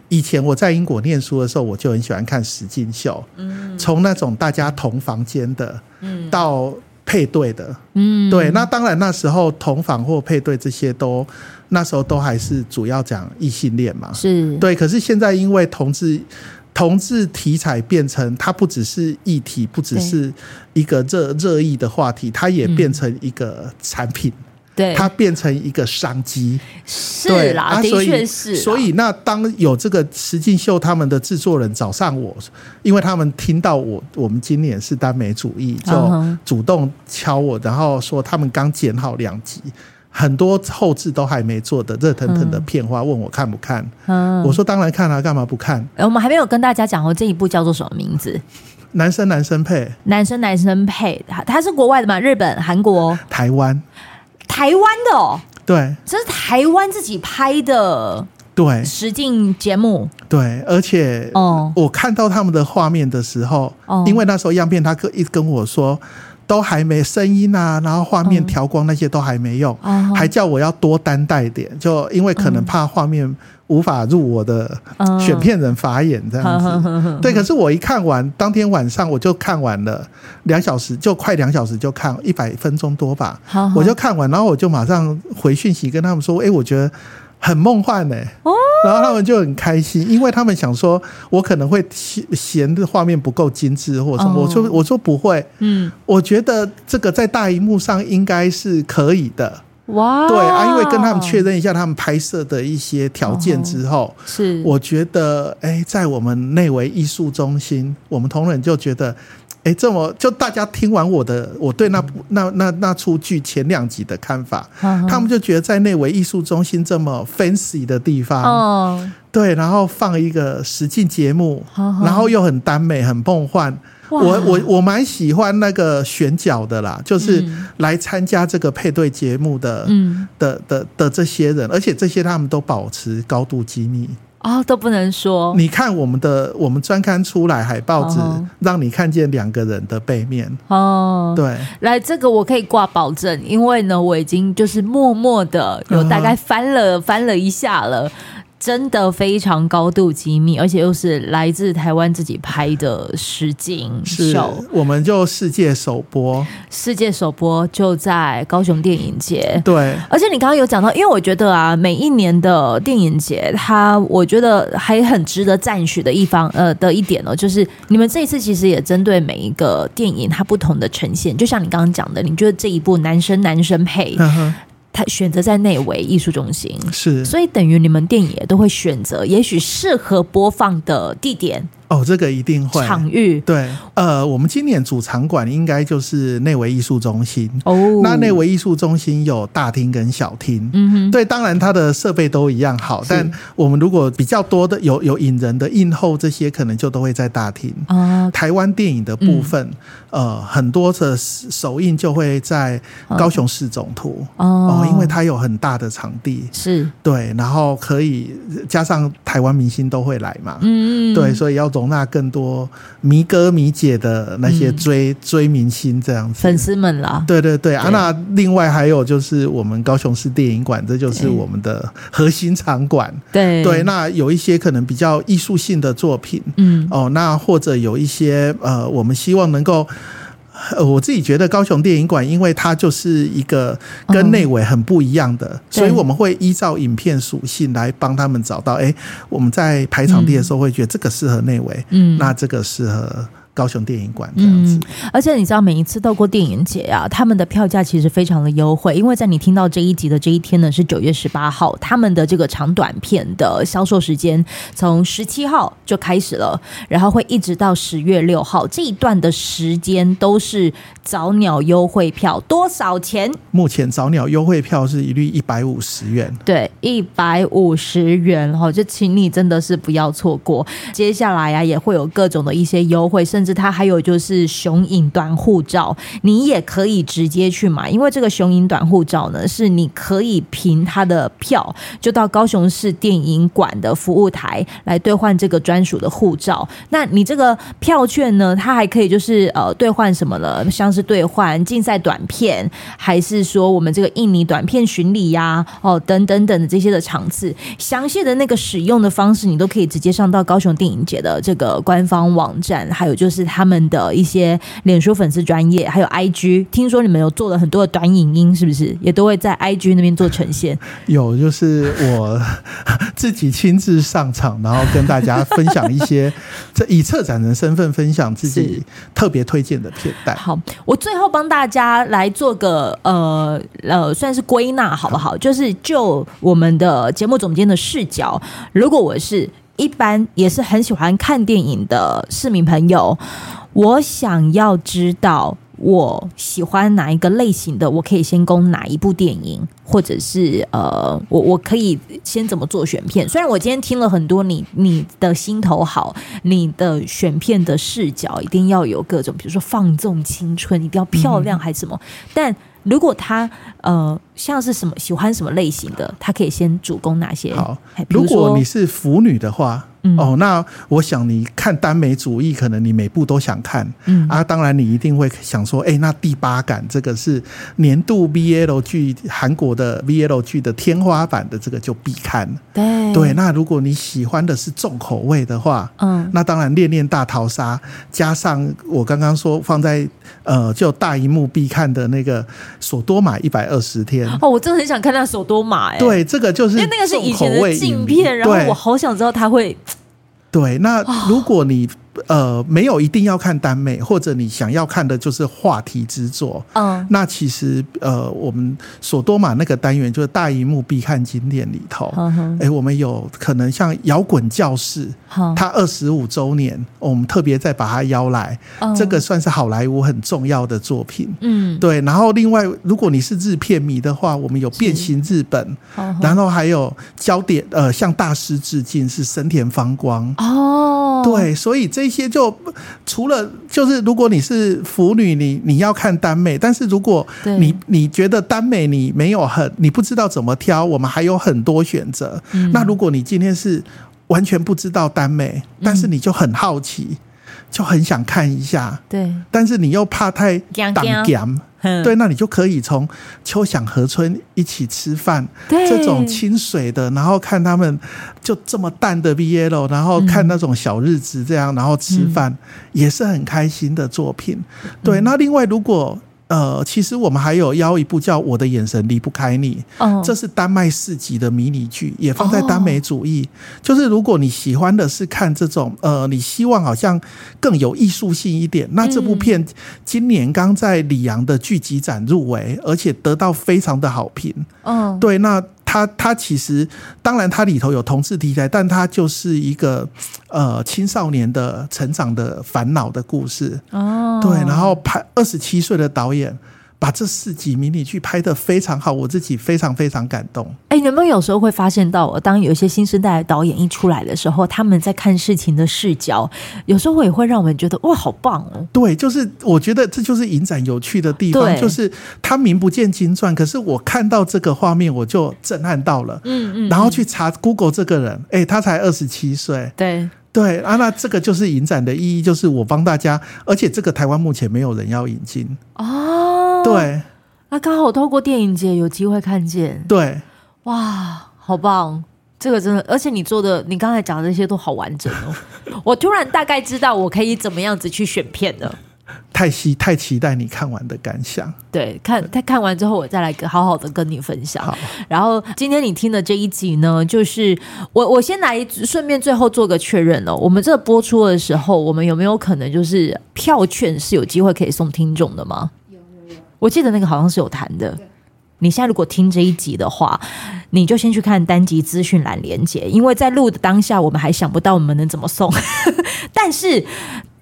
Speaker 2: 以前我在英国念书的时候，我就很喜欢看实境秀，嗯，从那种大家同房间的，嗯，到配对的，
Speaker 1: 嗯，
Speaker 2: 对，那当然那时候同房或配对这些都，那时候都还是主要讲异性恋嘛。
Speaker 1: 是，
Speaker 2: 对，可是现在因为同志同志题材变成它不只是议题，不只是一个热热议的话题，它也变成一个产品，
Speaker 1: 对，
Speaker 2: 它变成一个商机。对
Speaker 1: 是啦，
Speaker 2: 啊，
Speaker 1: 的
Speaker 2: 所以
Speaker 1: 确是啦，
Speaker 2: 所以那当有这个石进秀他们的制作人找上我，因为他们听到我我们今年是耽美主义，
Speaker 1: 嗯
Speaker 2: 就
Speaker 1: 哼
Speaker 2: 主动敲我，然后说他们刚剪好两集。很多后置都还没做的热腾腾的片花，问我看不看？
Speaker 1: 嗯，
Speaker 2: 我说当然看啊，干嘛不看？
Speaker 1: 呃我们还没有跟大家讲哦，这一部叫做什么名字？
Speaker 2: 男生男生配
Speaker 1: 男生男生配，它它是国外的嘛？日本、韩 国、
Speaker 2: 台湾，
Speaker 1: 台湾的哦，
Speaker 2: 对
Speaker 1: 这是台湾自己拍的
Speaker 2: 对
Speaker 1: 实境节目
Speaker 2: 对，而且
Speaker 1: 哦。
Speaker 2: 我看到他们的画面的时候，
Speaker 1: 哦
Speaker 2: 因为那时候样片他跟一直跟我说，都还没声音啊，然后画面调光那些都还没用，
Speaker 1: 嗯哦
Speaker 2: 还叫我要多担待点，就因为可能怕画面无法入我的
Speaker 1: 嗯
Speaker 2: 选片人法眼这样子。
Speaker 1: 哦呵呵呵
Speaker 2: 对，可是我一看完，当天晚上我就看完了，两小时就快两小时就看一百分钟多吧，
Speaker 1: 好好
Speaker 2: 我就看完，然后我就马上回讯息跟他们说，哎、我觉得很梦幻呢、
Speaker 1: 哦
Speaker 2: 然后他们就很开心，因为他们想说，我可能会嫌嫌这画面不够精致或什么，
Speaker 1: 哦
Speaker 2: 我说我说不会，
Speaker 1: 嗯，
Speaker 2: 我觉得这个在大荧幕上应该是可以的。
Speaker 1: 哇，
Speaker 2: 对啊，因为跟他们确认一下他们拍摄的一些条件之后，
Speaker 1: 是
Speaker 2: 我觉得，哎，在我们内围艺术中心，我们同仁就觉得，哎，这么就大家听完我的，我对那部那那那出剧前两集的看法，
Speaker 1: 他
Speaker 2: 他们就觉得在内围艺术中心这么 fancy 的地方，
Speaker 1: 嗯
Speaker 2: 对，然后放一个实境节目，
Speaker 1: 好好
Speaker 2: 然后又很耽美、很梦幻。
Speaker 1: 嗯哇
Speaker 2: 我我我蛮喜欢那个选角的啦，就是
Speaker 1: 嗯
Speaker 2: 来参加这个配对节目的、
Speaker 1: 嗯
Speaker 2: 的的的这些人，而且这些他们都保持高度机密。
Speaker 1: 啊、都不能说
Speaker 2: 你看我们的我们专刊出来海报纸
Speaker 1: 哦，
Speaker 2: 让你看见两个人的背面。
Speaker 1: 哦。
Speaker 2: 对，
Speaker 1: 来，这个我可以挂保证，因为呢，我已经就是默默的有大概翻了、翻了一下了，真的非常高度机密，而且又是来自台湾自己拍的实景
Speaker 2: 是
Speaker 1: 秀，
Speaker 2: 我们就世界首 播。
Speaker 1: 世界首播就在高雄电影节。
Speaker 2: 对，
Speaker 1: 而且你刚刚有讲到，因为我觉得啊，每一年的电影节，它我觉得还很值得赞许的一方，呃的一点哦，就是你们这一次其实也针对每一个电影它不同的呈现，就像你刚刚讲的，你觉得这一部《男生男生配》，
Speaker 2: 嗯哼，
Speaker 1: 它选择在内围艺术中心，
Speaker 2: 是
Speaker 1: 所以等于你们电影也都会选择，也许适合播放的地点、
Speaker 2: 哦，这个一定会。
Speaker 1: 场域
Speaker 2: 对，呃，我们今年主场馆应该就是内围艺术中心。
Speaker 1: 哦。
Speaker 2: 那内围艺术中心有大厅跟小厅。
Speaker 1: 嗯哼，
Speaker 2: 对，当然它的设备都一样好，但我们如果比较多的有有引人的映后这些，可能就都会在大厅。
Speaker 1: 啊，
Speaker 2: 台湾电影的部分，
Speaker 1: 嗯
Speaker 2: 呃，很多的首映就会在高雄市总图哦
Speaker 1: 哦，
Speaker 2: 因为它有很大的场地，
Speaker 1: 是
Speaker 2: 对，然后可以加上台湾明星都会来嘛，
Speaker 1: 嗯
Speaker 2: 对，所以要容纳更多迷哥迷姐的那些追、追明星这样子
Speaker 1: 嗯粉。丝们啦，
Speaker 2: 对对对，啊，那另外还有就是我们高雄市电影馆，这就是
Speaker 1: 对
Speaker 2: 我们的核心场馆。
Speaker 1: 对
Speaker 2: 对，那有一些可能比较艺术性的作品，
Speaker 1: 嗯
Speaker 2: 哦，那或者有一些呃，我们希望能够。呃，我自己觉得高雄电影馆，因为它就是一个跟内委很不一样的，
Speaker 1: 哦对
Speaker 2: 所以我们会依照影片属性来帮他们找到。哎，我们在排场地的时候会觉得这个适合内委，
Speaker 1: 嗯
Speaker 2: 那这个适合高雄电影馆这样子。
Speaker 1: 而且你知道，每一次透过电影节啊，他们的票价其实非常的优惠，因为在你听到这一集的这一天呢，是九月十八号，他们的这个长短片的销售时间从十七号就开始了，然后会一直到十月六号这一段的时间都是早鸟优惠票，多少钱？
Speaker 2: 目前早鸟优惠票是一律一百五十元。
Speaker 1: 对，一百五十元哈，就请你真的是不要错过。接下来啊，也会有各种的一些优惠，甚至它还有就是雄影短护照，你也可以直接去买，因为这个雄影短护照呢，是你可以凭它的票，就到高雄市电影馆的服务台来兑换这个专属的护照。那你这个票券呢，它还可以就是呃兑换什么了，像是兑换竞赛短片，还是说我们这个印尼短片巡礼呀、哦等等等的这些的场次，详细的那个使用的方式，你都可以直接上到高雄电影节的这个官方网站，还有就是他们的一些脸书粉丝专业，还有 IG。听说你们有做了很多的短影音，是不是也都会在 IG 那边做呈现？
Speaker 2: 有，就是我 自己亲自上场，然后跟大家分享一 些，这以策展人身份分享自己特别推荐的片段。
Speaker 1: 好，我最后帮大家来做个呃呃，算是归纳好不好？就是就我们的节目总监的视角，如果我是一般也是很喜欢看电影的市民朋友，我想要知道。我喜欢哪一个类型的，我可以先攻哪一部电影，或者是呃，我我可以先怎么做选片？虽然我今天听了很多你你的心头好，你的选片的视角一定要有各种，比如说放纵青春，一定要漂亮还是什么。
Speaker 2: 嗯
Speaker 1: 但如果他呃像是什么喜欢什么类型的，他可以先主攻哪些？
Speaker 2: 好
Speaker 1: 哎，比
Speaker 2: 如
Speaker 1: 如
Speaker 2: 果
Speaker 1: 说
Speaker 2: 你是腐女的话，
Speaker 1: 嗯
Speaker 2: 哦，那我想你看耽美主义，可能你每部都想看、
Speaker 1: 嗯
Speaker 2: 啊。当然，你一定会想说，哎、那第八感这个是年度 BL 剧，韩国的 BL 剧的天花板的这个就必看。
Speaker 1: 对
Speaker 2: 对，那如果你喜欢的是重口味的话，
Speaker 1: 嗯
Speaker 2: 那当然，《恋恋大逃杀》加上我刚刚说放在呃就大荧幕必看的那个《索多玛一百二十天》
Speaker 1: 哦，我真的很想看他手多玛哎、
Speaker 2: 对，这个就是
Speaker 1: 因为那个是以前
Speaker 2: 重口
Speaker 1: 的
Speaker 2: 味影
Speaker 1: 镜
Speaker 2: 迷
Speaker 1: 片，然后
Speaker 2: 对
Speaker 1: 我好想知道他会
Speaker 2: 对。那如果你呃，没有一定要看耽美，或者你想要看的就是话题之作。
Speaker 1: 嗯，
Speaker 2: 那其实呃，我们索多玛那个单元就是大荧幕必看经典里头，
Speaker 1: 嗯哼，
Speaker 2: 哎，我们有可能像摇滚教室，
Speaker 1: 好，
Speaker 2: 它二十五周年，哦我们特别再把它邀来，
Speaker 1: 嗯
Speaker 2: 这个，算是好莱坞很重要的作品。
Speaker 1: 嗯，
Speaker 2: 对，然后另外，如果你是日片迷的话，我们有《变形日本》，
Speaker 1: 嗯
Speaker 2: 然后还有焦点呃向大师致敬是森田芳光。
Speaker 1: 哦，，
Speaker 2: 对，所以这些就除了就是，如果你是腐女，你你要看耽美，但是如果
Speaker 1: 对
Speaker 2: 你你觉得耽美你没有很，你不知道怎么挑，我们还有很多选择。
Speaker 1: 嗯
Speaker 2: 那如果你今天是完全不知道耽美，
Speaker 1: 嗯
Speaker 2: 但是你就很好奇，就很想看一下，
Speaker 1: 对，
Speaker 2: 但是你又怕太
Speaker 1: 惊
Speaker 2: 挡
Speaker 1: 惊
Speaker 2: 咸，
Speaker 1: 嗯
Speaker 2: 对，那你就可以从秋响河村一起吃饭，
Speaker 1: 对
Speaker 2: 这种清水的，然后看他们就这么淡的 BL，然后看那种小日子这样，然后吃饭、
Speaker 1: 嗯
Speaker 2: 也是很开心的作品。对，那另外如果呃，其实我们还有邀一部叫《我的眼神离不开你》，
Speaker 1: 哦，
Speaker 2: 这是丹麦四级的迷你剧，也放在
Speaker 1: 哦
Speaker 2: 耽美主义。就是如果你喜欢的是看这种，呃，你希望好像更有艺术性一点，那这部片
Speaker 1: 嗯
Speaker 2: 今年刚在里昂的剧集展入围，而且得到非常的好评。
Speaker 1: 嗯，
Speaker 2: 对，那它它其实当然它里头有同志题材，但它就是一个呃青少年的成长的烦恼的故事。
Speaker 1: 哦，
Speaker 2: 对，然后拍二十七岁的导演把这四集迷你剧拍得非常好，我自己非常非常感动。
Speaker 1: 哎，你有没有有时候会发现到，当有一些新生代的导演一出来的时候，他们在看事情的视角，有时候也会让我们觉得哇，好棒哦！
Speaker 2: 对，就是我觉得这就是影展有趣的地方，
Speaker 1: 对
Speaker 2: 就是它名不见经传，可是我看到这个画面我就震撼到了。
Speaker 1: 嗯嗯，
Speaker 2: 然后去查 Google 这个人，哎、他才二十七岁，
Speaker 1: 对，
Speaker 2: 对啊，那这个就是影展的意义，就是我帮大家，而且这个台湾目前没有人要引进，
Speaker 1: 哦，，
Speaker 2: 对
Speaker 1: 那刚好透过电影节有机会看见，
Speaker 2: 对，
Speaker 1: 哇，好棒！这个真的，而且你做的，你刚才讲的这些都好完整哦。我突然大概知道我可以怎么样子去选片了。
Speaker 2: 太期太期待你看完的感想。
Speaker 1: 对，看他看完之后，我再来跟好好的跟你分享。
Speaker 2: 好，
Speaker 1: 然后今天你听的这一集呢，就是我我先来顺便最后做个确认哦，我们这播出的时候，我们有没有可能就是票券是有机会可以送听众的吗？我记得那个好像是有谈的。你现在如果听这一集的话，你就先去看单集资讯栏连接，因为在录的当下，我们还想不到我们能怎么送， 但是。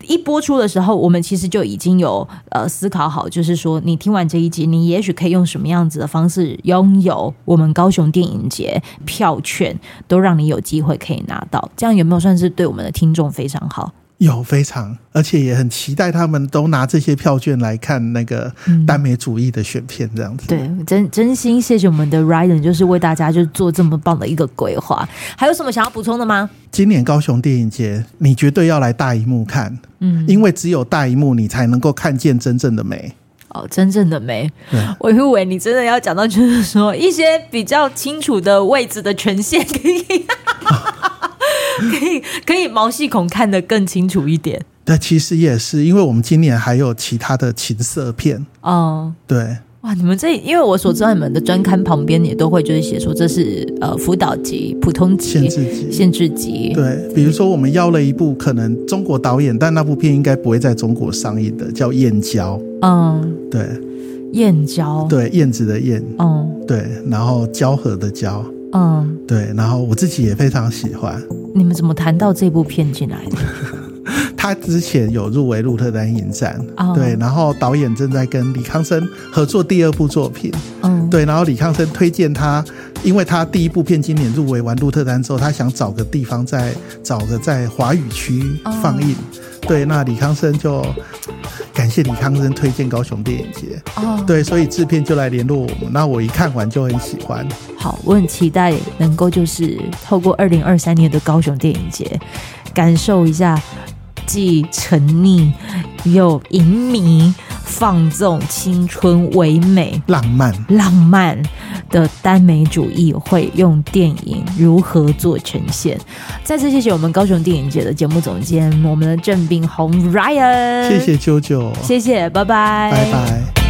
Speaker 1: 一播出的时候，我们其实就已经有呃思考好，就是说你听完这一集，你也许可以用什么样子的方式拥有我们高雄电影节票券，都让你有机会可以拿到。这样有没有算是对我们的听众非常好？
Speaker 2: 有非常，而且也很期待他们都拿这些票券来看那个耽美主义的选片，这样子。
Speaker 1: 嗯对，真真心谢谢我们的 Ryan，就是为大家就做这么棒的一个规划。还有什么想要补充的吗？
Speaker 2: 今年高雄电影节，你绝对要来大荧幕看，
Speaker 1: 嗯，
Speaker 2: 因为只有大荧幕，你才能够看见真正的美。
Speaker 1: 哦，真正的美
Speaker 2: 对，
Speaker 1: 我以为你真的要讲到，就是说一些比较清楚的位置的权限，可以， 可以，可以毛细孔看得更清楚一点。
Speaker 2: 那其实也是，因为我们今年还有其他的情色片，
Speaker 1: 哦、
Speaker 2: 对，
Speaker 1: 哇，你们这因为我所知道你们的专刊旁边也都会就是写说这是呃辅导级、普通
Speaker 2: 限
Speaker 1: 级、
Speaker 2: 制级。
Speaker 1: 限制级，
Speaker 2: 对，比如说我们邀了一部可能中国导演，但那部片应该不会在中国上映的，叫《燕郊》。
Speaker 1: 嗯，
Speaker 2: 对
Speaker 1: 燕郊，
Speaker 2: 对，燕子的燕，
Speaker 1: 嗯
Speaker 2: 对，然后交合的交，
Speaker 1: 嗯，
Speaker 2: 对，然后我自己也非常喜欢。
Speaker 1: 你们怎么谈到这部片进来的？
Speaker 2: 他之前有入围鹿特丹影展，
Speaker 1: 哦
Speaker 2: 对，然后导演正在跟李康生合作第二部作品，
Speaker 1: 嗯，
Speaker 2: 对，然后李康生推荐他，因为他第一部片今年入围完鹿特丹之后，他想找个地方再找个在华语区放映，对，那李康生就感谢李康生推荐高雄电影节，
Speaker 1: 哦，
Speaker 2: 对，所以制片就来联络我们，那我一看完就很喜欢，
Speaker 1: 好，我很期待能够就是透过二零二三年的高雄电影节，感受一下既沉溺又淫迷、放纵、青春、唯美、
Speaker 2: 浪漫，
Speaker 1: 浪漫的耽美主义会用电影如何做呈现。再次谢谢我们高雄电影节的节目总监，我们的郑炳宏 Ryan，
Speaker 2: 嗯谢，谢啾啾，
Speaker 1: 谢谢，拜拜，
Speaker 2: 拜拜